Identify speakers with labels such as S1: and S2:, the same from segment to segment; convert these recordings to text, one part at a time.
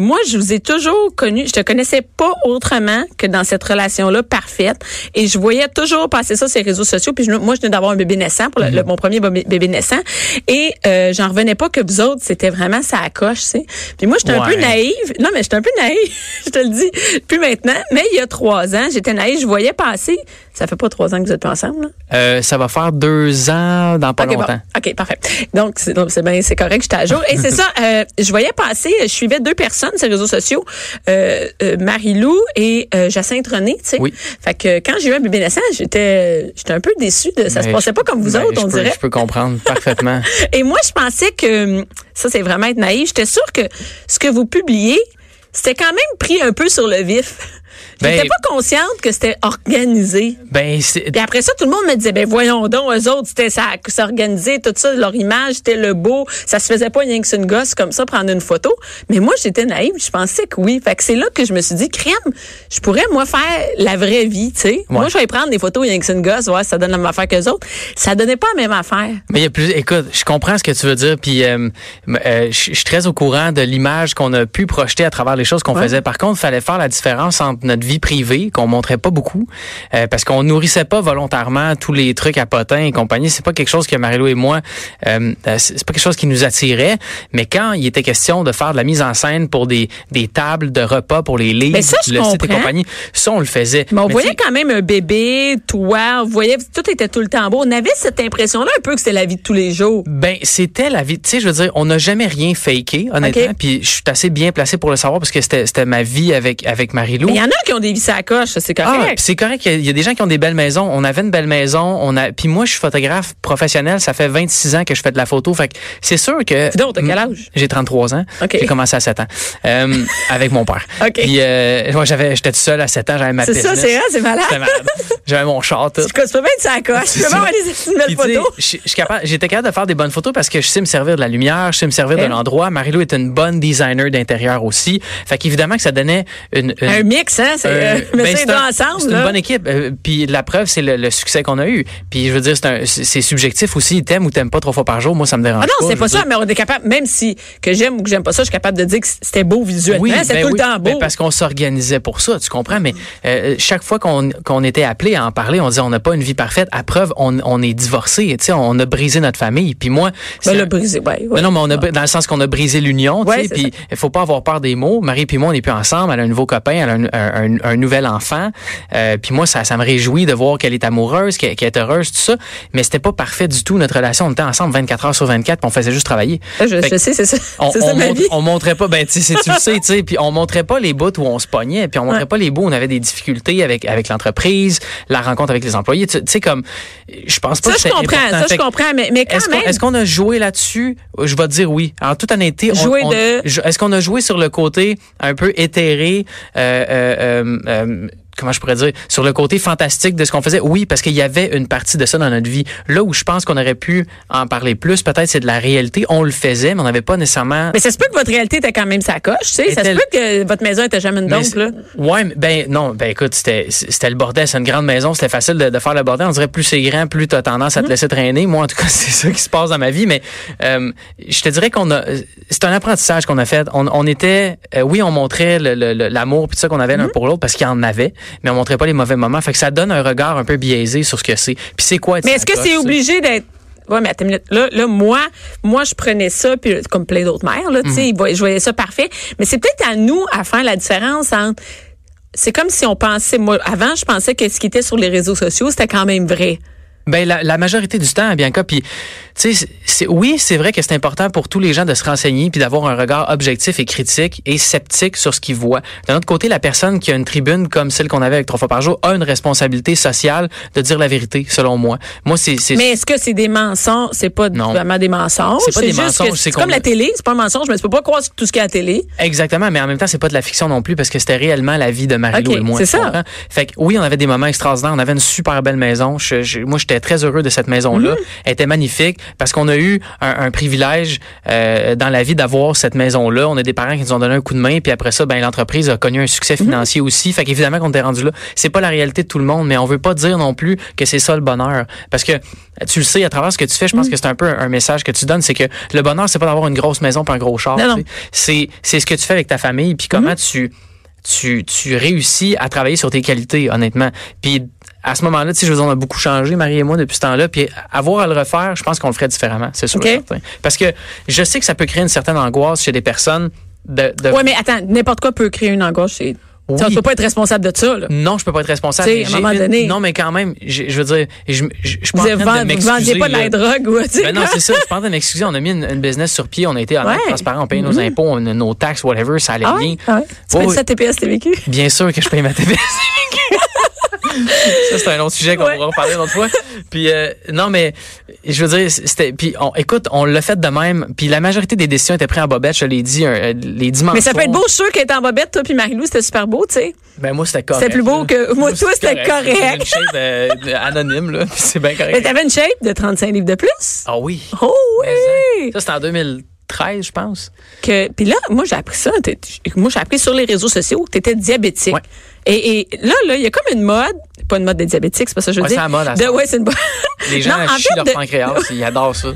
S1: moi, je vous ai toujours connu, je te connaissais pas autrement que dans cette relation-là parfaite. Et je voyais toujours passer ça sur les réseaux sociaux. Puis je- moi, je venais d'avoir un bébé naissant, pour le, le- mon premier bébé bébé naissant. Et euh, j'en revenais pas que vous autres, c'était vraiment ça accroche, tu sais. Puis moi, j'étais un peu
S2: Ouais.
S1: naïve. Non, mais j'étais un peu naïve, je te le dis. Plus maintenant, mais il y a trois ans, j'étais naïve, je voyais passer. Ça fait pas trois ans que vous êtes pas ensemble, là?
S2: euh, ça va faire deux ans dans pas
S1: OK, bon.
S2: longtemps.
S1: OK, parfait. Donc, c'est donc, c'est bien, c'est correct, j'étais à jour. Et c'est ça, euh, je voyais passer, je suivais deux personnes sur les réseaux sociaux, euh, euh, Marie-Lou et euh, Jacinthe René, tu sais.
S2: Oui.
S1: Fait que quand j'ai eu un bébé naissant, j'étais j'étais un peu déçue de ça se
S2: Ben,
S1: passait
S2: je-
S1: pas comme vous
S2: ben,
S1: autres,
S2: je
S1: on
S2: peux-
S1: dirait.
S2: Je peux comprendre parfaitement.
S1: Et moi, je pensais que hum, ça c'est vraiment être naïf, j'étais sûre que ce que vous publiez, c'était quand même pris un peu sur le vif.
S2: Ben-
S1: J'étais pas consciente que c'était organisé.
S2: Ben, c'est.
S1: Puis après ça, tout le monde me disait, ben voyons donc, eux autres, c'était ça, s'organiser, tout ça, leur image, c'était le beau. Ça se faisait pas rien que sur une gosse comme ça, prendre une photo. Mais moi, j'étais naïve, je pensais que oui. Fait que c'est là que je me suis dit, crème, je pourrais, moi, faire la vraie vie, tu sais. Moi, je vais prendre des photos rien que sur une gosse, ouais, ça donne la même affaire qu'eux autres. Ça donnait pas la même affaire.
S2: Mais il y a plus. Écoute, je comprends ce que tu veux dire, puis euh, m- euh, je je suis très au courant de l'image qu'on a pu projeter à travers les choses qu'on
S1: Ouais.
S2: faisait. Par contre, il fallait faire la différence entre notre vie privée qu'on montrait pas beaucoup, euh, parce qu'on nourrissait pas volontairement tous les trucs à potins et compagnie. C'est pas quelque chose que Marilou et moi, euh, euh, c'est c'est pas quelque chose qui nous attirait. Mais quand il était question de faire de la mise en scène pour des des tables de repas pour les livres,
S1: Mais ça, je
S2: le site et
S1: comprends.
S2: compagnie, ça on le faisait.
S1: Mais on
S2: tu
S1: voyait
S2: sais,
S1: quand même un bébé, toi, on voyait, tout était tout le temps beau. On avait cette impression-là un peu que c'était la vie de tous les jours.
S2: Ben, c'était la vie. Tu sais, je veux dire, on n'a jamais rien faké, honnêtement.
S1: Ok.
S2: Puis je suis assez bien placé pour le savoir parce que c'était c'était ma vie avec, avec Marie-Lou.
S1: Mais il y en a qui ont des vies à la coche, ça, c'est
S2: Ah,
S1: correct.
S2: puis c'est correct. Il y a- il y, a des gens qui ont des belles maisons. On avait une belle maison. On a. Puis moi, je suis photographe professionnel. Ça fait 26 ans que je fais de la photo. Fait que c'est sûr que.
S1: Dis donc, t'as quel âge?
S2: J'ai 33 ans.
S1: Ok.
S2: J'ai commencé à 7 ans euh, avec mon père.
S1: Ok.
S2: Puis euh, moi, j'avais, j'étais tout seul à 7 ans. J'avais ma
S1: c'est ça,
S2: business.
S1: c'est vrai, c'est malade.
S2: J'étais malade. J'avais mon char. tout.
S1: Tu peux- tu peux bien être sa coche. Tu peux
S2: C'est
S1: bien
S2: ça.
S1: avoir des
S2: Puis,
S1: belles
S2: tu sais,
S1: photos.
S2: je- je suis capable- J'étais capable de faire des bonnes photos parce que je sais me servir de la lumière, je sais me servir
S1: Ouais.
S2: de l'endroit. Marie-Lou est une bonne designer d'intérieur aussi. Fait qu'évidemment que ça donnait une... une-
S1: Un mix, hein? C'est,
S2: euh,
S1: euh, mais
S2: ben,
S1: c'est
S2: un-
S1: deux ensemble,
S2: C'est
S1: là.
S2: une bonne équipe. Euh, Puis la preuve, c'est le, le succès qu'on a eu. Puis je veux dire, c'est un- c'est c'est subjectif aussi. T'aimes ou t'aimes pas trois fois par jour, moi, ça me dérange
S1: Ah non,
S2: pas,
S1: c'est
S2: je
S1: pas
S2: veux
S1: ça,
S2: dire.
S1: mais on est capable, même si que j'aime ou que j'aime pas ça, je suis capable de dire que c'était beau visuellement,
S2: Oui,
S1: c'est
S2: ben
S1: tout
S2: oui,
S1: le temps beau.
S2: ben parce qu'on s'organisait pour ça, tu comprends. Mais euh, chaque fois qu'on qu'on était appelé à en parler, on disait on n'a pas une vie parfaite. À preuve, on, on est divorcé. Tu sais, on a brisé notre famille. Puis moi,
S1: Ben,
S2: c'est
S1: le
S2: un-
S1: brisé, ouais, ouais.
S2: Mais Ben non, mais on a, br- dans le sens qu'on a brisé l'union, tu
S1: Ouais,
S2: sais,
S1: c'est
S2: puis
S1: ça.
S2: il faut pas avoir peur des mots. Marie puis moi, on n'est plus ensemble, elle a un nouveau copain, elle a un, un- un- un nouvel enfant. Euh, puis moi, ça, ça me réjouit de voir qu'elle est amoureuse, qu'elle qu'elle est heureuse, tout ça. Mais c'était pas parfait du tout, notre relation. On était ensemble 24 heures sur 24, puis on faisait juste travailler.
S1: je,
S2: Fait
S1: je
S2: que
S1: sais, c'est ça.
S2: On,
S1: c'est
S2: on
S1: ça ma
S2: montre-
S1: vie.
S2: on montrait pas, ben tu sais, tu le sais, tu sais, puis on montrait pas les bouts où on se pognait, puis on montrait pas les bouts où on avait des difficultés avec avec l'entreprise, la rencontre avec les employés, tu tu sais comme, je pense pas
S1: Ça, je
S2: que c'était
S1: comprends,
S2: important.
S1: ça, je
S2: Fait que-
S1: comprends, mais, mais quand
S2: est-ce qu'on
S1: même.
S2: est-ce qu'on a joué là-dessus? Je vais te dire oui. En toute honnêteté, on-
S1: Jouer
S2: on-
S1: de-
S2: je- est-ce qu'on a joué sur le côté un peu éthéré, euh, euh, euh, euh, comment je pourrais dire, sur le côté fantastique de ce qu'on faisait. Oui, parce qu'il y avait une partie de ça dans notre vie. Là où je pense qu'on aurait pu en parler plus, peut-être c'est de la réalité. On le faisait, mais on n'avait pas nécessairement.
S1: Mais ça se peut que votre réalité était quand même sa coche, tu sais. Ça se
S2: Était-
S1: peut que votre maison était jamais une
S2: Mais
S1: dompe,
S2: c'est-
S1: là.
S2: Ouais, mais ben non, ben écoute, c'était c'était le bordel, c'est une grande maison, c'était facile de, de faire le bordel. On dirait plus c'est grand, plus t'as tendance
S1: Hum.
S2: à te laisser traîner. Moi, en tout cas, c'est ça qui se passe dans ma vie. Mais euh, je te dirais qu'on a, c'est un apprentissage qu'on a fait. On, on était, euh, oui, on montrait le- le- le- l'amour puis tout ça qu'on avait l'un
S1: Hum.
S2: pour l'autre parce qu'il y en avait, mais on montrait pas les mauvais moments. Fait que ça donne un regard un peu biaisé sur ce que c'est. Puis c'est quoi être
S1: Mais est-ce que
S2: sacoche,
S1: c'est
S2: tu sais?
S1: obligé d'être Ouais, mais attends une minute. Là, là, moi, moi, je prenais ça, puis euh, comme plein d'autres mères, là, tu
S2: Mhm.
S1: sais, ils voyaient- je voyais ça parfait. Mais c'est peut-être à nous à faire la différence entre. C'est comme si on pensait. Moi, avant, je pensais que ce qui était sur les réseaux sociaux, c'était quand même vrai.
S2: Ben la, la majorité du temps, Bianca. Puis, tu sais, c'est- c'est- oui, c'est vrai que c'est important pour tous les gens de se renseigner puis d'avoir un regard objectif et critique et sceptique sur ce qu'ils voient. D'un autre côté, la personne qui a une tribune comme celle qu'on avait avec trois fois par jour a une responsabilité sociale de dire la vérité, selon moi. Moi, c'est c'est-
S1: Mais est-ce que c'est des mensonges? C'est pas
S2: Non.
S1: vraiment des mensonges.
S2: C'est pas des
S1: juste
S2: mensonges,
S1: que
S2: c'est
S1: C'est comme
S2: qu'on-
S1: la télé, c'est pas un mensonge, mais tu peux pas croire tout ce qu'il y a à la télé.
S2: Exactement, mais en même temps, c'est pas de la fiction non plus parce que c'était réellement la vie de Marilou
S1: Ok,
S2: et moi.
S1: c'est
S2: tu
S1: ça.
S2: comprends? Fait que oui, on avait des moments extraordinaires. On avait une super belle maison. Je- je- moi, j'étais très heureux de cette maison-là.
S1: Mhm.
S2: Elle était magnifique parce qu'on a eu un, un privilège euh, dans la vie d'avoir cette maison-là. On a des parents qui nous ont donné un coup de main, puis après ça, ben l'entreprise a connu un succès
S1: Mhm.
S2: financier aussi. Fait qu'évidemment qu'on était rendu là. C'est pas la réalité de tout le monde, mais on veut pas dire non plus que c'est ça le bonheur parce que tu le sais à travers ce que tu fais. Je pense
S1: Mhm.
S2: que c'est un peu un, un message que tu donnes, c'est que le bonheur, c'est pas d'avoir une grosse maison, puis un gros char.
S1: Non, non.
S2: tu sais c'est c'est ce que tu fais avec ta famille puis
S1: Mhm.
S2: comment tu tu tu réussis à travailler sur tes qualités honnêtement puis à ce moment-là, tu sais, je veux dire, on a beaucoup changé, Marie et moi, depuis ce temps-là. Puis avoir à le refaire, je pense qu'on le ferait différemment, c'est sûr.
S1: OK.
S2: et certain. Parce que je sais que ça peut créer une certaine angoisse chez des personnes de. de-
S1: Ouais, mais attends, n'importe quoi peut créer une angoisse. chez-
S2: Euh. Oui.
S1: Ça, Tu peux pas être responsable de ça, là.
S2: Non, je peux pas être responsable.
S1: Tu sais, à un
S2: J'ai
S1: moment
S2: une-
S1: donné-
S2: Non, mais quand même, j'ai- je veux dire, je, je, je suis pas
S1: Vous
S2: en train de
S1: ne vendiez
S2: m'excuser,
S1: pas de la
S2: là.
S1: drogue, ou tu sais,
S2: Ben non,
S1: là.
S2: c'est ça. Je pense de m'excuser. On a mis une, une business sur pied. On a été honnête,
S1: Ouais. Mhm.
S2: transparent. On payait nos impôts, on a nos taxes, whatever. Ça allait
S1: Ah
S2: bien.
S1: ouais? Ah ouais. Tu
S2: Ouais,
S1: fais
S2: ouais.
S1: ça à TPS, TVQ?
S2: Bien sûr que je paye ma TVS. ça, c'est un long sujet qu'on
S1: Ouais.
S2: pourra en parler une autre fois. Puis, euh, non, mais je veux dire, c'était. Puis, on, écoute, on l'a fait de même. Puis, la majorité des décisions étaient prises en bobette, je l'ai dit, un- euh, les dimanches.
S1: Mais ça peut être
S2: soirs.
S1: beau, je suis sûr qu'être en bobette, toi puis Marie-Lou, c'était super beau, tu sais.
S2: Ben, moi, c'était correct.
S1: C'était plus beau
S2: là.
S1: que- moi, toi, c'était
S2: J'ai
S1: correct.
S2: Une chaîne anonyme, là. puis c'est bien
S1: Mais
S2: correct.
S1: t'avais une shape de 35 livres de plus.
S2: Ah oui. hein,
S1: Oh oui!
S2: Ça, c'était en 2013, je pense.
S1: Que, puis là, moi, j'ai appris ça. t'es- Moi, j'ai appris sur les réseaux sociaux que t'étais diabétique.
S2: Ouais.
S1: Et, et là, là, il y a comme une mode, pas une mode des diabétiques, c'est pas ça que je veux
S2: Ouais,
S1: dire.
S2: c'est la mode, à
S1: de,
S2: ça.
S1: ouais, c'est une mode.
S2: Les gens
S1: Non, en
S2: chient
S1: fait,
S2: leur
S1: de-
S2: pancréas, ils adorent ça.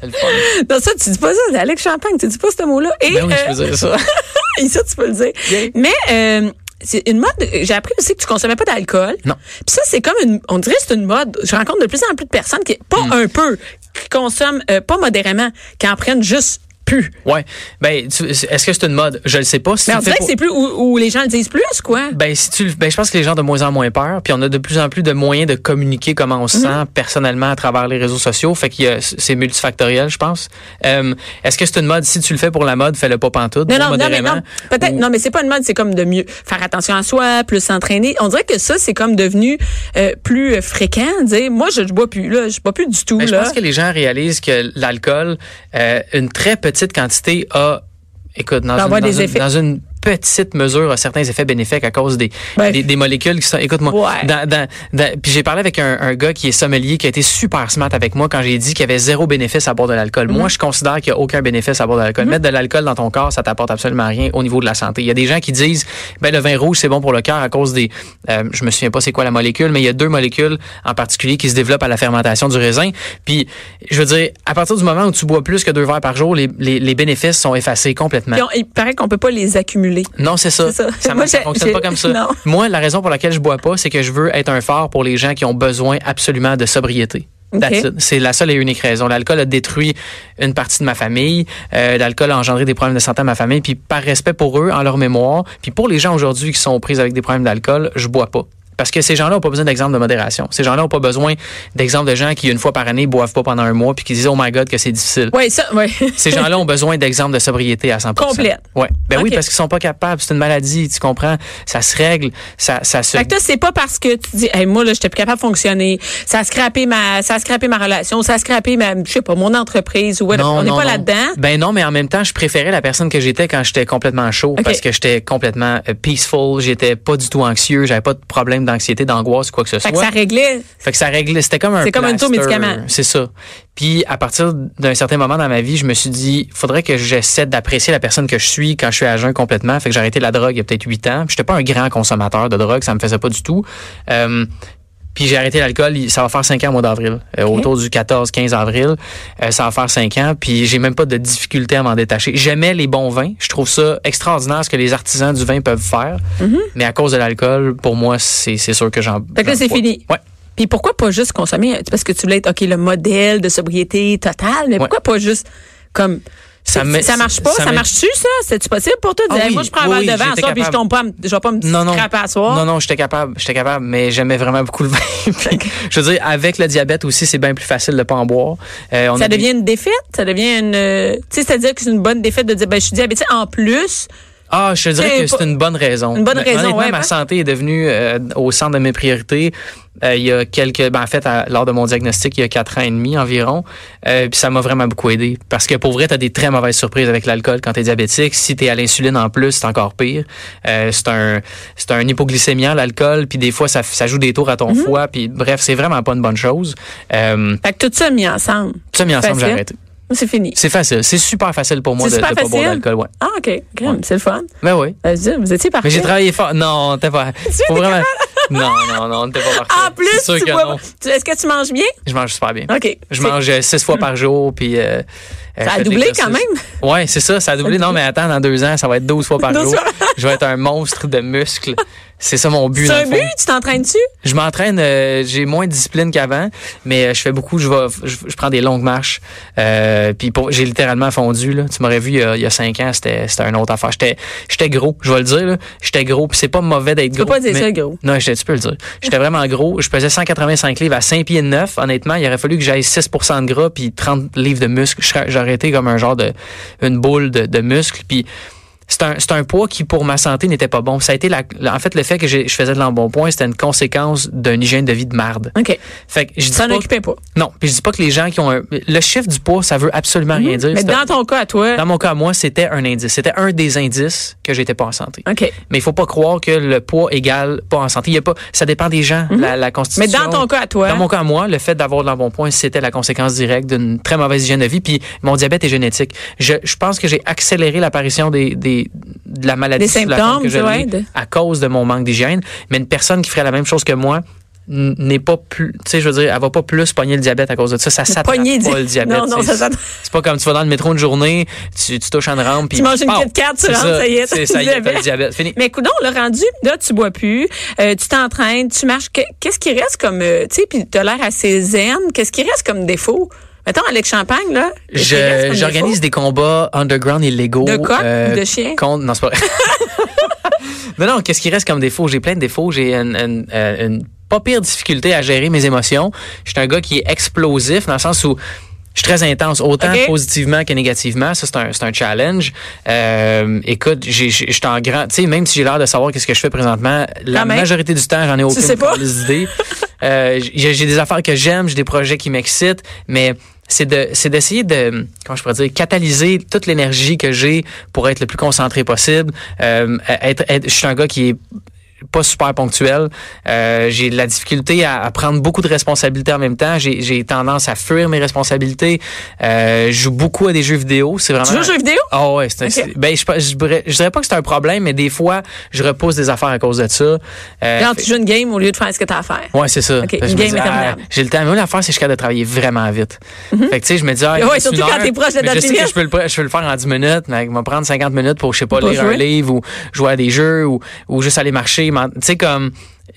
S2: C'est le fun.
S1: Non, ça, tu dis pas ça, c'est Alex Champagne, tu dis pas ce mot-là. Et,
S2: Ben oui,
S1: euh,
S2: je veux dire ça.
S1: Et ça, tu peux le dire. Mais euh, c'est une mode. J'ai appris aussi que tu consommais pas d'alcool.
S2: Non.
S1: Puis ça, c'est comme une. On dirait que c'est une mode. Je rencontre de plus en plus de personnes qui, pas
S2: Hmm.
S1: un peu, qui consomment euh, pas modérément, qui en prennent juste plus.
S2: Ouais. Ben, tu- est-ce que c'est une mode? Je le sais pas. Si
S1: Mais
S2: tu
S1: on
S2: le
S1: dirait que
S2: fais pour-
S1: c'est plus où, où les gens le disent plus, quoi.
S2: Ben, si tu, le- ben, je pense que les gens ont de moins en moins peur, puis on a de plus en plus de moyens de communiquer comment on se
S1: Mhm.
S2: sent personnellement à travers les réseaux sociaux. Fait que c'est multifactoriel, je pense. Euh, Est-ce que c'est une mode? Si tu le fais pour la mode, fais-le Ben, pas pantoute.
S1: Non,
S2: bon,
S1: non, non, mais
S2: modérément,
S1: non. Peut-être,
S2: ou-
S1: non, mais c'est pas une mode, c'est comme de mieux faire attention à soi, plus s'entraîner. On dirait que ça, c'est comme devenu euh, plus euh, fréquent. Dire, moi, je, je bois plus, là, je bois plus du tout,
S2: Ben, je
S1: là.
S2: pense que les gens réalisent que l'alcool, euh, une très petite quantité a, écoute, dans,
S1: Peut
S2: une,
S1: avoir
S2: dans
S1: des
S2: une-
S1: effets.
S2: dans une petite mesure, a certains effets bénéfiques à cause des,
S1: Ben.
S2: des, des molécules qui sont. Écoute-moi,
S1: Ouais.
S2: dans- dans- dans- puis j'ai parlé avec un, un gars qui est sommelier, qui a été super smart avec moi quand j'ai dit qu'il y avait zéro bénéfice à boire de l'alcool. Moi, je considère qu'il n'y a aucun bénéfice à boire de l'alcool. Mettre de l'alcool dans ton corps, ça t'apporte absolument rien au niveau de la santé. Il y a des gens qui disent, ben le vin rouge c'est bon pour le cœur à cause des, euh, je me souviens pas c'est quoi la molécule, mais il y a deux molécules en particulier qui se développent à la fermentation du raisin. Puis, je veux dire, à partir du moment où tu bois plus que deux verres par jour, les, les, les bénéfices sont effacés complètement.
S1: Puis on- il paraît qu'on peut pas les accumuler.
S2: Non, c'est ça.
S1: C'est
S2: Ça,
S1: ça.
S2: ne
S1: Moi, j'ai-
S2: fonctionne pas
S1: j'ai-
S2: comme ça.
S1: Non.
S2: Moi, la raison pour laquelle je bois pas, c'est que je veux être un phare pour les gens qui ont besoin absolument de sobriété.
S1: Ok.
S2: That's it. C'est la seule et unique raison. L'alcool a détruit une partie de ma famille. Euh, L'alcool a engendré des problèmes de santé à ma famille. Puis par respect pour eux, en leur mémoire, puis pour les gens aujourd'hui qui sont aux prises avec des problèmes d'alcool, je bois pas. Parce que ces gens-là n'ont pas besoin d'exemple de modération. Ces gens-là n'ont pas besoin d'exemple de gens qui, une fois par année, boivent pas pendant un mois puis qui disent, oh my God, que c'est difficile.
S1: Oui, ça, oui.
S2: Ces gens-là ont besoin d'exemples de sobriété à 100
S1: Complète.
S2: Ouais. Ben oui,
S1: OK.
S2: parce qu'ils sont pas capables. C'est une maladie, tu comprends? Ça se règle, ça, ça se
S1: Fait que toi, c'est pas parce que tu dis, hey, moi, là, j'étais plus capable de fonctionner. Ça a scrappé ma, ça a scrappé ma relation, ça a scrappé ma, je sais pas, mon entreprise ou whatever.
S2: Non,
S1: On n'est
S2: non,
S1: pas
S2: non.
S1: là-dedans.
S2: Ben non, mais en même temps, je préférais la personne que j'étais quand j'étais complètement chaud
S1: OK.
S2: parce que j'étais complètement euh, peaceful, j'étais pas du tout anxieux, j'avais pas de problème d'anxiété, d'angoisse, quoi que ce
S1: Fait que
S2: soit.
S1: ça réglait.
S2: Fait que ça réglait, c'était comme un
S1: C'est comme un
S2: plaster,
S1: auto-médicament.
S2: C'est ça. Puis à partir d'un certain moment dans ma vie, je me suis dit, faudrait que j'essaie d'apprécier la personne que je suis quand je suis à jeun complètement. Fait que j'ai arrêté la drogue il y a peut-être huit ans. Puis j'étais pas un grand consommateur de drogue, ça me faisait pas du tout. Euh, puis j'ai arrêté l'alcool, il- ça va faire cinq ans au mois d'avril, euh, autour du 14-15 avril. Euh, ça va faire cinq ans, puis j'ai même pas de difficulté à m'en détacher. J'aimais les bons vins, je trouve ça extraordinaire ce que les artisans du vin peuvent faire, mais à cause de l'alcool, pour moi, c'est c'est sûr que j'en...
S1: Mm-hmm. Fait que là,
S2: j'en
S1: c'est
S2: bois.
S1: fini.
S2: Ouais.
S1: Puis pourquoi pas juste consommer? C'est Parce que tu voulais être, OK, le modèle de sobriété totale, mais
S2: Ouais.
S1: pourquoi pas juste, comme,
S2: Ça
S1: ça,
S2: me-
S1: marche pas?
S2: ça
S1: Ça,
S2: me-
S1: marche-tu, ça? C'est-tu possible pour toi? de
S2: Ah
S1: dire,
S2: oui,
S1: hey, moi, je prends
S2: oui,
S1: un
S2: oui,
S1: verre de vin à
S2: j'étais
S1: soir, puis je
S2: capable.
S1: tombe pas, à me- je vais pas me
S2: non, non.
S1: scraper à soir.
S2: Non, non, j'étais capable, j'étais capable, mais j'aimais vraiment beaucoup le vin. Puis, je veux dire, avec le diabète aussi, c'est bien plus facile de pas en boire. Euh, on
S1: Ça
S2: a des-
S1: devient une défaite, ça devient une, euh, tu sais, c'est-à-dire que c'est une bonne défaite de dire, ben, je suis diabétique en plus.
S2: Ah, je te dirais
S1: C'est
S2: que
S1: pas-
S2: c'est une bonne raison.
S1: Une bonne
S2: Mais
S1: raison,
S2: honnêtement,
S1: ouais,
S2: ma
S1: hein?
S2: santé est devenue euh, au centre de mes priorités. euh, il y a quelques, ben, en fait, à- lors de mon diagnostic, il y a quatre ans et demi environ, euh, puis ça m'a vraiment beaucoup aidé. Parce que pour vrai, t'as des très mauvaises surprises avec l'alcool quand t'es diabétique. Si t'es à l'insuline en plus, c'est encore pire. Euh, c'est un, c'est un hypoglycémiant l'alcool, puis des fois ça, f- ça joue des tours à
S1: Mm-hmm.
S2: ton foie. Puis bref, c'est vraiment pas une bonne chose. Euh,
S1: Fait que tout ça mis ensemble.
S2: tout ça mis ensemble, j'ai
S1: Facile.
S2: arrêté.
S1: Moi, c'est fini.
S2: C'est facile, c'est super facile pour moi de,
S1: C'est
S2: de
S1: super
S2: pas boire
S1: facile?
S2: d'alcool. Ouais.
S1: Ah, OK. Crème, c'est le fun.
S2: Ben oui.
S1: Ben, je veux dire, vous étiez parfait.
S2: Mais j'ai travaillé fort. Non, t'es pas. Faut vraiment. Non, non, non, t'es pas parfait.
S1: En plus,
S2: C'est sûr
S1: tu
S2: que
S1: bois-
S2: non.
S1: tu- Est-ce que tu manges bien?
S2: Je mange super bien.
S1: OK.
S2: Je mange euh, six fois par jour, puis. euh, euh, je
S1: a
S2: fais de
S1: doublé
S2: l'exercice.
S1: quand même.
S2: Ouais, c'est ça, ça a doublé. Non, mais attends, dans deux ans, ça va être 12 fois par
S1: 12
S2: jour.
S1: fois.
S2: Je vais être un monstre de muscles. C'est ça mon but.
S1: C'est
S2: dans le
S1: un
S2: fond.
S1: but? Tu t'entraînes-tu?
S2: Je m'entraîne, euh, j'ai moins de discipline qu'avant, mais euh, je fais beaucoup, je vais, je, je prends des longues marches. Euh, puis pour- j'ai littéralement fondu là. Tu m'aurais vu il y a, il y a cinq ans, c'était c'était une autre affaire. J'étais j'étais gros, je vais le dire là. J'étais gros, puis c'est pas mauvais d'être
S1: peux
S2: gros.
S1: pas dire
S2: mais-
S1: ça, gros.
S2: Non, j'étais- tu peux le dire. J'étais vraiment gros. Je pesais 185 livres à 5 pieds 9. Honnêtement, il aurait fallu que j'aille 6% de gras puis 30 livres de muscle. Je serais- J'aurais été comme un genre de une boule de, de muscle. Puis c'est un, c'est un poids qui, pour ma santé, n'était pas bon. Ça a été la, la- en fait, le fait que j'ai- je faisais de l'embonpoint, c'était une conséquence d'une hygiène de vie de marde.
S1: OK.
S2: Fait que je dis
S1: Ça
S2: pas,
S1: n'en occupait pas.
S2: non, puis je dis pas que les gens qui ont un, le chiffre du poids, ça veut absolument rien dire.
S1: Mhm. Mais
S2: C'est un-
S1: dans ton cas, à toi.
S2: dans mon cas, moi, c'était un indice. C'était un des indices que j'étais pas en santé.
S1: OK.
S2: Mais il faut pas croire que le poids égale pas en santé. Il y a pas, ça dépend des gens, la, la
S1: Mhm. Mais
S2: constitution.
S1: dans ton cas, à toi.
S2: Dans mon cas, moi, le fait d'avoir de l'embonpoint, c'était la conséquence directe d'une très mauvaise hygiène de vie. Puis mon diabète est génétique. Je, je pense que j'ai accéléré l'apparition des, des, de la maladie
S1: Des
S2: sous la forme que je
S1: symptômes,
S2: l'ai
S1: ouais, de-
S2: à cause de mon manque d'hygiène. Mais une personne qui ferait la même chose que moi n- n'est pas plus, tu sais, je veux dire, elle va pas plus pogner le diabète à cause de ça. Ça s'attrape
S1: pogner
S2: pas
S1: di-
S2: le diabète.
S1: Non, non,
S2: tu sais.
S1: ça s'attrape-
S2: C'est pas comme tu vas dans le métro une journée, tu, tu touches une rampe, puis
S1: Tu manges une
S2: pow!
S1: Kit Kat, tu
S2: C'est
S1: rentres, ça y est, t'as
S2: c'est- ça
S1: le
S2: y est, t'as le
S1: diabète.
S2: diabète. Fini.
S1: Mais coudon, le rendu, là, tu bois plus, euh, tu t'entraînes, tu marches. Que- Qu'est-ce qui reste comme, euh, tu sais, puis t'as l'air assez zen. Qu'est-ce qui reste comme défaut? Mettons, Alex Champagne, là. qu'est-ce qui reste
S2: Je-
S1: comme défaut?
S2: J'organise des combats underground illégaux. euh,
S1: De coq ou de chien?
S2: Contre, non, c'est pas vrai. non, non, qu'est-ce qui reste comme défaut? J'ai plein de défauts. J'ai une, une- euh, une pas pire difficulté à gérer mes émotions. Je suis un gars qui est explosif dans le sens où je suis très intense, autant
S1: Ok.
S2: positivement que négativement. Ça, c'est un, c'est un challenge. Euh, écoute, j'ai- j'ai- je suis en grand... Tu sais, même si j'ai l'air de savoir qu'est-ce que je fais présentement, la
S1: Quand même.
S2: majorité du temps, j'en ai aucune
S1: sais pas.
S2: des idées. Euh, j'ai j'ai des affaires que j'aime, j'ai des projets qui m'excitent, mais c'est de c'est d'essayer de comment je pourrais dire catalyser toute l'énergie que j'ai pour être le plus concentré possible. Euh, être, être- je suis un gars qui est pas super ponctuel. Euh, j'ai de la difficulté à, à prendre beaucoup de responsabilités en même temps. J'ai j'ai tendance à fuir mes responsabilités. Euh, je joue beaucoup à des jeux vidéo. C'est vraiment
S1: Tu joues aux jeux vidéo?
S2: ah ouais, c'est un-
S1: Ok.
S2: c'est- ben je, pas- je, dirais- je dirais pas que c'est un problème, mais des fois je repousse des affaires à cause de ça. Euh,
S1: Genre, tu joues une game au lieu de faire ce que t'as à faire.
S2: Ouais, c'est ça.
S1: Ok,
S2: Fait que
S1: une
S2: je me
S1: game
S2: dis,
S1: interminable.
S2: ah, j'ai le temps. Mais moi, l'affaire, c'est que je suis capable de travailler vraiment vite. Fait que, tu sais, je me dis, ah,
S1: Mhm.
S2: il
S1: Ouais,
S2: me reste
S1: surtout
S2: une
S1: quand
S2: heure,
S1: t'es proche de
S2: mais
S1: ta
S2: Je sais
S1: limite.
S2: que je peux, le, pre- je peux le faire en 10 minutes, mais il va prendre 50 minutes pour, je sais pas,
S1: Pour
S2: lire un
S1: jouer.
S2: livre ou jouer à des jeux ou, ou juste aller marcher. mais en- Tu sais, comme,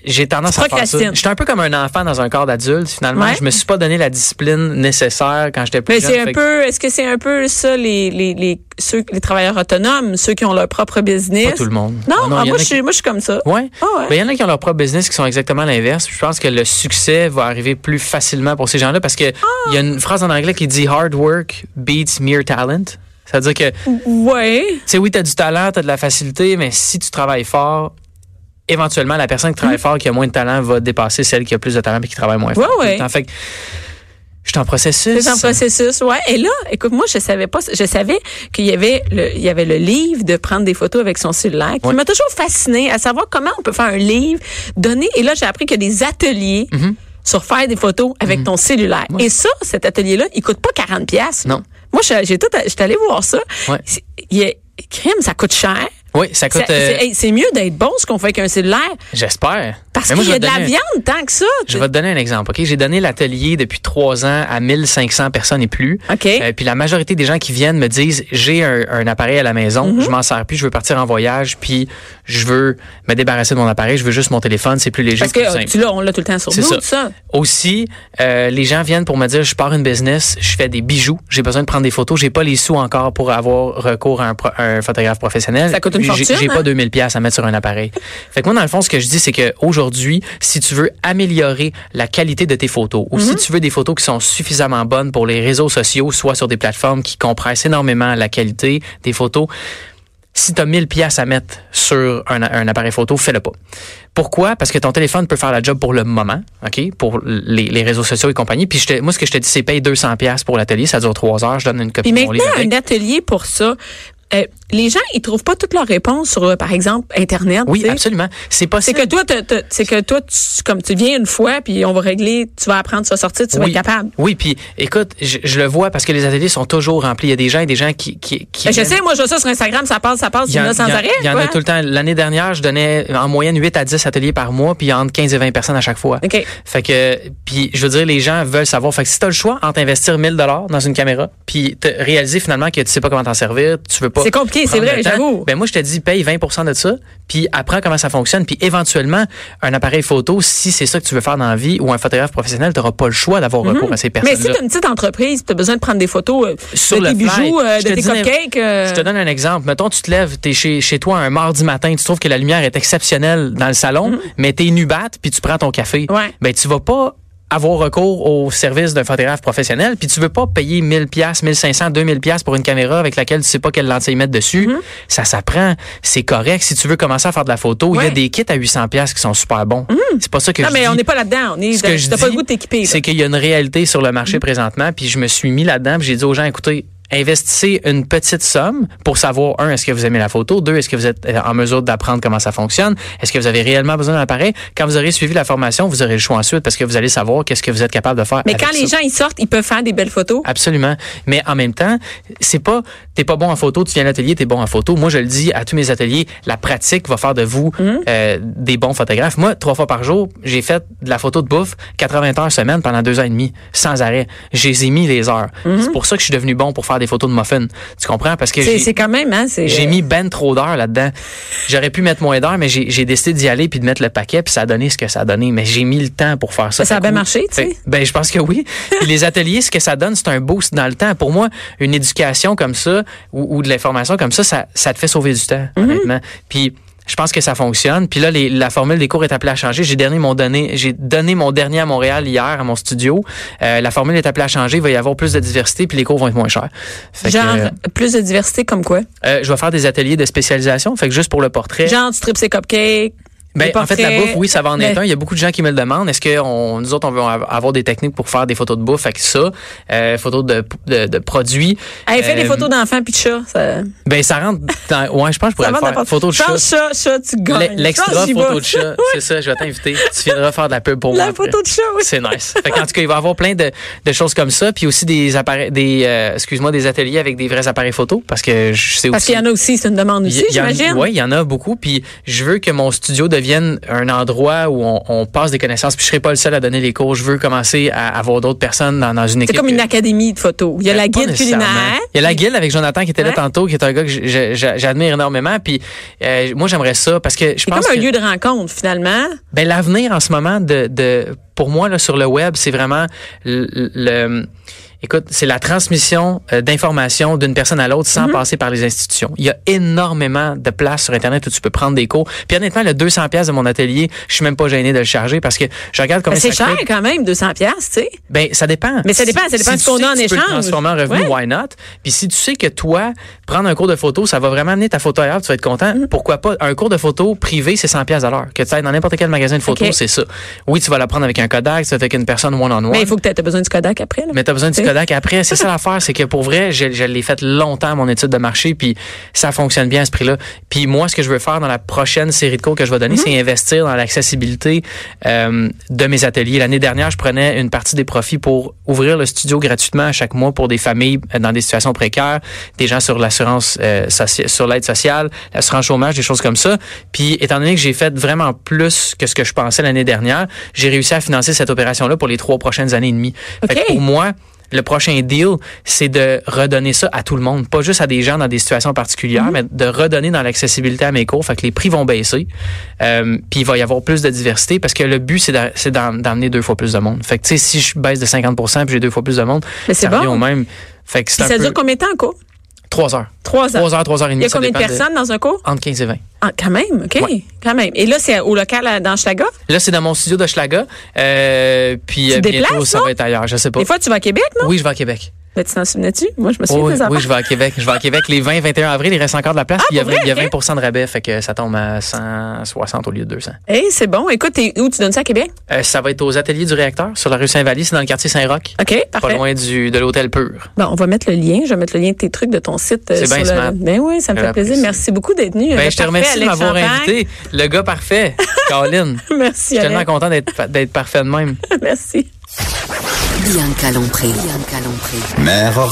S2: j'ai tendance
S1: Tu
S2: à faire ça.
S1: procrastines.
S2: J'étais un peu comme un enfant dans un corps d'adulte, finalement.
S1: Ouais.
S2: Je me suis pas donné la discipline nécessaire quand j'étais plus
S1: Mais
S2: jeune.
S1: c'est un
S2: Fait que
S1: peu, est-ce que c'est un peu ça les les les ceux les travailleurs autonomes, ceux qui ont leur propre business
S2: Pas tout le monde.
S1: Non,
S2: Ah non,
S1: ah,
S2: il y
S1: moi
S2: en a
S1: je
S2: qui-
S1: suis moi je suis comme ça.
S2: Ouais.
S1: Ah ouais.
S2: Mais il y en a qui ont leur propre business qui sont exactement l'inverse. Je pense que le succès va arriver plus facilement pour ces gens-là parce que
S1: Ah!
S2: il y a une phrase en anglais qui dit hard work beats mere talent. C'est-à-dire que,
S1: Mm.
S2: tu
S1: Ouais.
S2: sais, oui, tu as du talent, tu as de la facilité, mais si tu travailles fort, éventuellement, la personne qui travaille fort, qui a moins de talent, va dépasser celle qui a plus de talent et qui travaille moins fort.
S1: Mm. Ouais, ouais.
S2: Tout le temps. Fait que, je suis en processus.
S1: C'est un processus, ouais. Et là, écoute, moi, je savais pas, je savais qu'il y avait le, il y avait le livre de prendre des photos avec son cellulaire qui
S2: Ouais.
S1: m'a toujours fasciné à savoir comment on peut faire un livre, donner. Et là, j'ai appris qu'il y a des ateliers
S2: Mhm.
S1: sur faire des photos avec ton cellulaire. Et ça, cet atelier-là, il coûte pas 40 pièces.
S2: Non.
S1: Moi, je- j'ai tout, à- j'étais allée voir ça.
S2: Ouais.
S1: C'est- Il y a, crime, ça coûte cher.
S2: Oui, ça coûte.
S1: Ça- c'est
S2: euh,
S1: hey, c'est mieux d'être bon ce qu'on fait avec un cellulaire
S2: J'espère.
S1: parce
S2: Mais
S1: qu'il
S2: Ben, moi,
S1: y
S2: je
S1: a
S2: vais
S1: de
S2: te
S1: la
S2: donner un-
S1: viande tant que ça.
S2: Je vais te donner un exemple. Ok, J'ai donné l'atelier depuis trois ans à 1500 personnes et plus.
S1: OK.
S2: Euh, puis la majorité des gens qui viennent me disent, j'ai un, un appareil à la maison,
S1: Mhm.
S2: je m'en sers plus, je veux partir en voyage, puis je veux me débarrasser de mon appareil, je veux juste mon téléphone, c'est plus léger.
S1: Parce
S2: c'est plus
S1: que euh,
S2: simple.
S1: tu l'as, on l'a tout le temps sur
S2: C'est
S1: nous,
S2: ça.
S1: tout ça.
S2: Aussi, euh, les gens viennent pour me dire, je pars une business, je fais des bijoux, j'ai besoin de prendre des photos, j'ai pas les sous encore pour avoir recours à un, pro- un photographe professionnel.
S1: Ça coûte une
S2: J'ai-
S1: fortune,
S2: J'ai
S1: hein?
S2: pas 2000 pièces à mettre sur un appareil. fait que moi, dans le fond, ce que je dis, c'est que aujourd'hui, si tu veux améliorer la qualité de tes photos, ou
S1: Mhm.
S2: si tu veux des photos qui sont suffisamment bonnes pour les réseaux sociaux, soit sur des plateformes qui compressent énormément la qualité des photos, si tu as 1000 pièces à mettre sur un, un appareil photo, fais-le pas. Pourquoi? Parce que ton téléphone peut faire la job pour le moment, OK? Pour les, les réseaux sociaux et compagnie. Puis je te- moi, ce que je te dis, c'est paye 200 pièces pour l'atelier. Ça dure trois heures. Je donne une
S1: Puis
S2: copie de mon
S1: maintenant,
S2: livre avec.
S1: un atelier pour ça. euh, les gens, ils trouvent pas toutes leurs réponses sur, euh, par exemple, Internet.
S2: Oui,
S1: tu sais.
S2: absolument. C'est
S1: C'est
S2: possible.
S1: que toi, t'as- t'as- c'est que toi, tu, comme tu viens une fois, puis on va régler, tu vas apprendre, tu vas sortir, tu vas
S2: oui.
S1: être capable.
S2: Oui, puis écoute, je, je le vois parce que les ateliers sont toujours remplis. Il y a des gens et des gens qui... qui, qui
S1: Ben, je
S2: viennent-
S1: sais, moi, je vois ça sur Instagram, ça passe, ça passe, il y en
S2: en-
S1: a sans
S2: il y en-
S1: arrêt.
S2: Il y en
S1: quoi.
S2: a tout le temps. L'année dernière, je donnais en moyenne 8 à 10 ateliers par mois, puis entre 15 et 20 personnes à chaque fois.
S1: OK.
S2: Fait que, puis je veux dire, les gens veulent savoir. Fait que si t'as le choix entre investir 1000 dollars dans une caméra, puis te réaliser finalement que tu sais pas comment t'en servir, tu veux pas.
S1: C'est compliqué, c'est
S2: prendre
S1: vrai,
S2: le temps,
S1: j'avoue.
S2: Ben moi, je te dis, paye 20 de ça, puis apprends comment ça fonctionne, puis éventuellement, un appareil photo, si c'est ça que tu veux faire dans la vie, ou un photographe professionnel, t'auras pas le choix d'avoir recours à ces
S1: Mhm. Mais
S2: personnes-là.
S1: si tu une petite entreprise, tu as besoin de prendre des photos euh,
S2: Sur
S1: de
S2: le
S1: tes
S2: fly,
S1: bijoux, euh,
S2: je
S1: de
S2: te
S1: tes
S2: dis n'im-
S1: cupcakes. euh,
S2: Je te donne un exemple. Mettons, tu te lèves, t'es chez, chez toi un mardi matin, tu trouves que la lumière est exceptionnelle dans le salon, mais t'es nubate, puis tu prends ton café.
S1: Mhm. Ouais.
S2: Ben, tu vas pas avoir recours au service d'un photographe professionnel, puis tu veux pas payer 1000 pièces, 1500, 2000 pièces pour une caméra avec laquelle tu sais pas quelle lentille mettre dessus.
S1: Mhm.
S2: Ça s'apprend, c'est correct. Si tu veux commencer à faire de la photo, il y
S1: Ouais. Mhm.
S2: a des kits à 800 pièces qui sont super bons. C'est pas ça que
S1: non,
S2: je
S1: mais
S2: dis.
S1: on n'est pas là-dedans. On est,
S2: Ce que je
S1: t'as pas le
S2: dis,
S1: goût de t'équiper. là. Mm.
S2: C'est qu'il y a une réalité sur le marché présentement, puis je me suis mis là-dedans, puis j'ai dit aux gens, écoutez, investissez une petite somme pour savoir, un, est-ce que vous aimez la photo, deux, est-ce que vous êtes euh, en mesure d'apprendre comment ça fonctionne, est-ce que vous avez réellement besoin d'un appareil. Quand vous aurez suivi la formation, vous aurez le choix ensuite parce que vous allez savoir qu'est-ce que vous êtes capable de faire.
S1: Mais
S2: avec
S1: quand les
S2: ça.
S1: gens, ils sortent, ils peuvent faire des belles photos.
S2: Absolument. Mais en même temps, c'est pas t'es pas bon en photo, tu viens à l'atelier, t'es bon en photo. Moi, je le dis à tous mes ateliers, la pratique va faire de vous
S1: Hum.
S2: euh, des bons photographes. Moi, trois fois par jour, j'ai fait de la photo de bouffe 80 heures semaine pendant deux ans et demi, sans arrêt. J'ai mis les heures. C'est pour ça que je suis devenu bon pour faire des photos de muffins. Tu comprends? Parce que
S1: Hum. C'est
S2: j'ai-
S1: c'est quand même, hein? c'est-
S2: j'ai mis ben trop d'heures là-dedans. J'aurais pu mettre moins d'heures, mais j'ai j'ai décidé d'y aller puis de mettre le paquet puis ça a donné ce que ça a donné. Mais j'ai mis le temps pour faire ça.
S1: Ça a
S2: Fait
S1: bien
S2: que oui.
S1: marché, tu
S2: Fait-
S1: sais.
S2: Ben je pense que oui. Puis les ateliers, ce que ça donne, c'est un boost dans le temps. Pour moi, une éducation comme ça ou, ou de l'information comme ça, ça, ça te fait sauver du temps,
S1: Mhm.
S2: honnêtement. Puis je pense que ça fonctionne. Puis là, les- la formule des cours est appelée à changer. J'ai donné mon donné, j'ai donné mon dernier à Montréal hier à mon studio. Euh, la formule est appelée à changer. Il va y avoir plus de diversité, puis les cours vont être moins chers. Fait que,
S1: Genre,
S2: euh,
S1: plus de diversité comme quoi?
S2: euh, je vais faire des ateliers de spécialisation. Fait que juste pour le portrait.
S1: Genre, tu tripes ses cupcakes.
S2: Ben,
S1: des
S2: en fait, la
S1: portraits.
S2: bouffe, oui, ça va en être
S1: Mais-
S2: un. Il y a beaucoup de gens qui me le demandent. Est-ce que on, nous autres, on veut av- avoir des techniques pour faire des photos de bouffe? Fait que ça, euh, photos de, de, de produits.
S1: Hey, fais des
S2: Euh,
S1: photos d'enfants puis de chats. Ça,
S2: Ben, ça rentre dans, ouais, je pense que je pourrais
S1: ça
S2: le
S1: va
S2: faire.
S1: n'importe-
S2: Photos de
S1: Je
S2: chat.
S1: pense chat, chat, tu
S2: L-
S1: gagnes. Je
S2: L'extra
S1: pense que j'y
S2: photo
S1: vais.
S2: de chat. C'est ça, je vais t'inviter. Tu viendras faire de la pub pour moi.
S1: La
S2: après.
S1: photo de chat, oui.
S2: C'est nice. Fait que, en tout cas, il va y avoir plein de, de choses comme ça. Puis aussi des appareils, des, euh, excuse-moi, des ateliers avec des vrais appareils photo. Parce que je sais
S1: Parce
S2: aussi.
S1: qu'il y en a aussi, c'est une demande aussi, j'imagine.
S2: Oui, il y en a beaucoup. Puis je veux que mon studio devienne devienne un endroit où on, on passe des connaissances. Puis je serai pas le seul à donner les cours. Je veux commencer à avoir d'autres personnes dans, dans une
S1: C'est
S2: équipe.
S1: comme une académie de photos. Il y a la
S2: Pas
S1: guide
S2: nécessairement.
S1: culinaire.
S2: Il y a la guilde avec Jonathan qui était là
S1: Ouais.
S2: tantôt, qui est un gars que j- j- j- j'admire énormément. Puis euh, moi, j'aimerais ça parce que je
S1: C'est
S2: pense
S1: comme un
S2: que-
S1: lieu de rencontre, finalement.
S2: ben, l'avenir en ce moment de, de pour moi là sur le web, c'est vraiment le, le- écoute, c'est la transmission euh, d'informations d'une personne à l'autre
S1: Mhm.
S2: sans passer par les institutions. Il y a énormément de places sur internet où tu peux prendre des cours. Puis honnêtement, le 200 pièces de mon atelier, je suis même pas gêné de le charger parce que je regarde
S1: Ben,
S2: combien
S1: c'est
S2: ça
S1: cher
S2: coûte.
S1: quand même, 200 pièces, tu sais.
S2: Ben, ça dépend.
S1: Mais ça dépend, ça dépend de ce qu'on
S2: tu sais
S1: a en
S2: que tu peux le
S1: échange.
S2: transformer en revenu,
S1: Ouais.
S2: why not? Puis si tu sais que toi, prendre un cours de photo, ça va vraiment amener ta photo ailleurs, tu vas être content.
S1: Mm.
S2: Pourquoi pas? Un cours de photo privé, c'est 100 pièces à l'heure. Que tu ailles dans n'importe quel magasin de photos,
S1: Ok.
S2: c'est ça. Oui, tu vas la prendre avec un Kodak, tu vas être avec une personne one-on-one.
S1: Mais il faut que tu aies besoin du Kodak après. Là.
S2: Mais t'as besoin du
S1: T'sais.
S2: Kodak après. C'est ça l'affaire, c'est que pour vrai, je, je l'ai fait longtemps, mon étude de marché, puis ça fonctionne bien à ce prix-là. Puis moi, ce que je veux faire dans la prochaine série de cours que je vais donner,
S1: Mm-hmm.
S2: c'est investir dans l'accessibilité euh, de mes ateliers. L'année dernière, je prenais une partie des profits pour ouvrir le studio gratuitement à chaque mois pour des familles euh, dans des situations précaires, des gens sur l'assurance, euh, soci- sur l'aide sociale, l'assurance chômage, des choses comme ça. Puis étant donné que j'ai fait vraiment plus que ce que je pensais l'année dernière, j'ai réussi à financer cette opération-là pour les trois prochaines années et demie. Fait que
S1: OK.
S2: pour moi, le prochain deal, c'est de redonner ça à tout le monde, pas juste à des gens dans des situations
S1: Mhm.
S2: particulières, mais de redonner dans l'accessibilité à mes cours. Fait que les prix vont baisser, euh, puis il va y avoir plus de diversité parce que le but, c'est d'a- c'est d'en- d'emmener deux fois plus de monde. Fait que, tu sais, si je baisse de 50 puis j'ai deux fois plus de monde,
S1: Mais c'est
S2: ça revient
S1: bon.
S2: au même. Fait que
S1: Puis
S2: c'est un
S1: ça
S2: peu
S1: dure combien de temps, un cours?
S2: trois heures.
S1: Trois heures.
S2: Trois heures, trois heures et
S1: Il
S2: demie.
S1: y a
S2: ça
S1: combien de
S2: dépend
S1: personnes dans un cours?
S2: Entre 15 et 20.
S1: Ah, quand même, OK.
S2: Ouais.
S1: Quand même. Et là, c'est au local à- dans Schlaga.
S2: Là, c'est dans mon studio de Schlaga. Euh, puis
S1: Tu
S2: euh,
S1: te
S2: bientôt,
S1: déplaces,
S2: ça
S1: non?
S2: va être ailleurs. Je sais pas.
S1: Des fois, tu vas à Québec, non?
S2: Oui, je vais à Québec.
S1: Mais tu t'en souvenais-tu? Moi, je me souviens
S2: Oui,
S1: des
S2: oui,
S1: affaires.
S2: je vais à Québec. Je vais à Québec les 20, 21 avril. Il reste encore de la place. il y a,
S1: Ah, pour vrai,
S2: il y a
S1: ok.
S2: 20 de rabais, fait que ça tombe à 160 au lieu de 200.
S1: Hey, c'est bon. Écoute, t'es- où tu donnes ça à Québec?
S2: Euh, ça va être aux ateliers du réacteur sur la rue Saint-Vallier. C'est dans le quartier Saint-Roch.
S1: OK,
S2: Pas
S1: parfait.
S2: loin du, de l'hôtel Pur.
S1: Bon, on va mettre le lien. Je vais mettre le lien de tes trucs, de ton site. euh,
S2: C'est
S1: sur
S2: bien
S1: le-
S2: smart.
S1: Ben oui, ça me
S2: Je
S1: fait plaisir.
S2: l'apprécie.
S1: Merci beaucoup d'être venu.
S2: Ben,
S1: Le
S2: je te
S1: parfait
S2: remercie de
S1: Alex
S2: m'avoir
S1: Champagne.
S2: invité. Le gars parfait, Caroline.
S1: Merci,
S2: Je suis tellement
S1: Alex.
S2: content d'être d'être parfait de même.
S1: Merci.
S3: Bianca Lompré. Bianca Lompré.
S4: Mère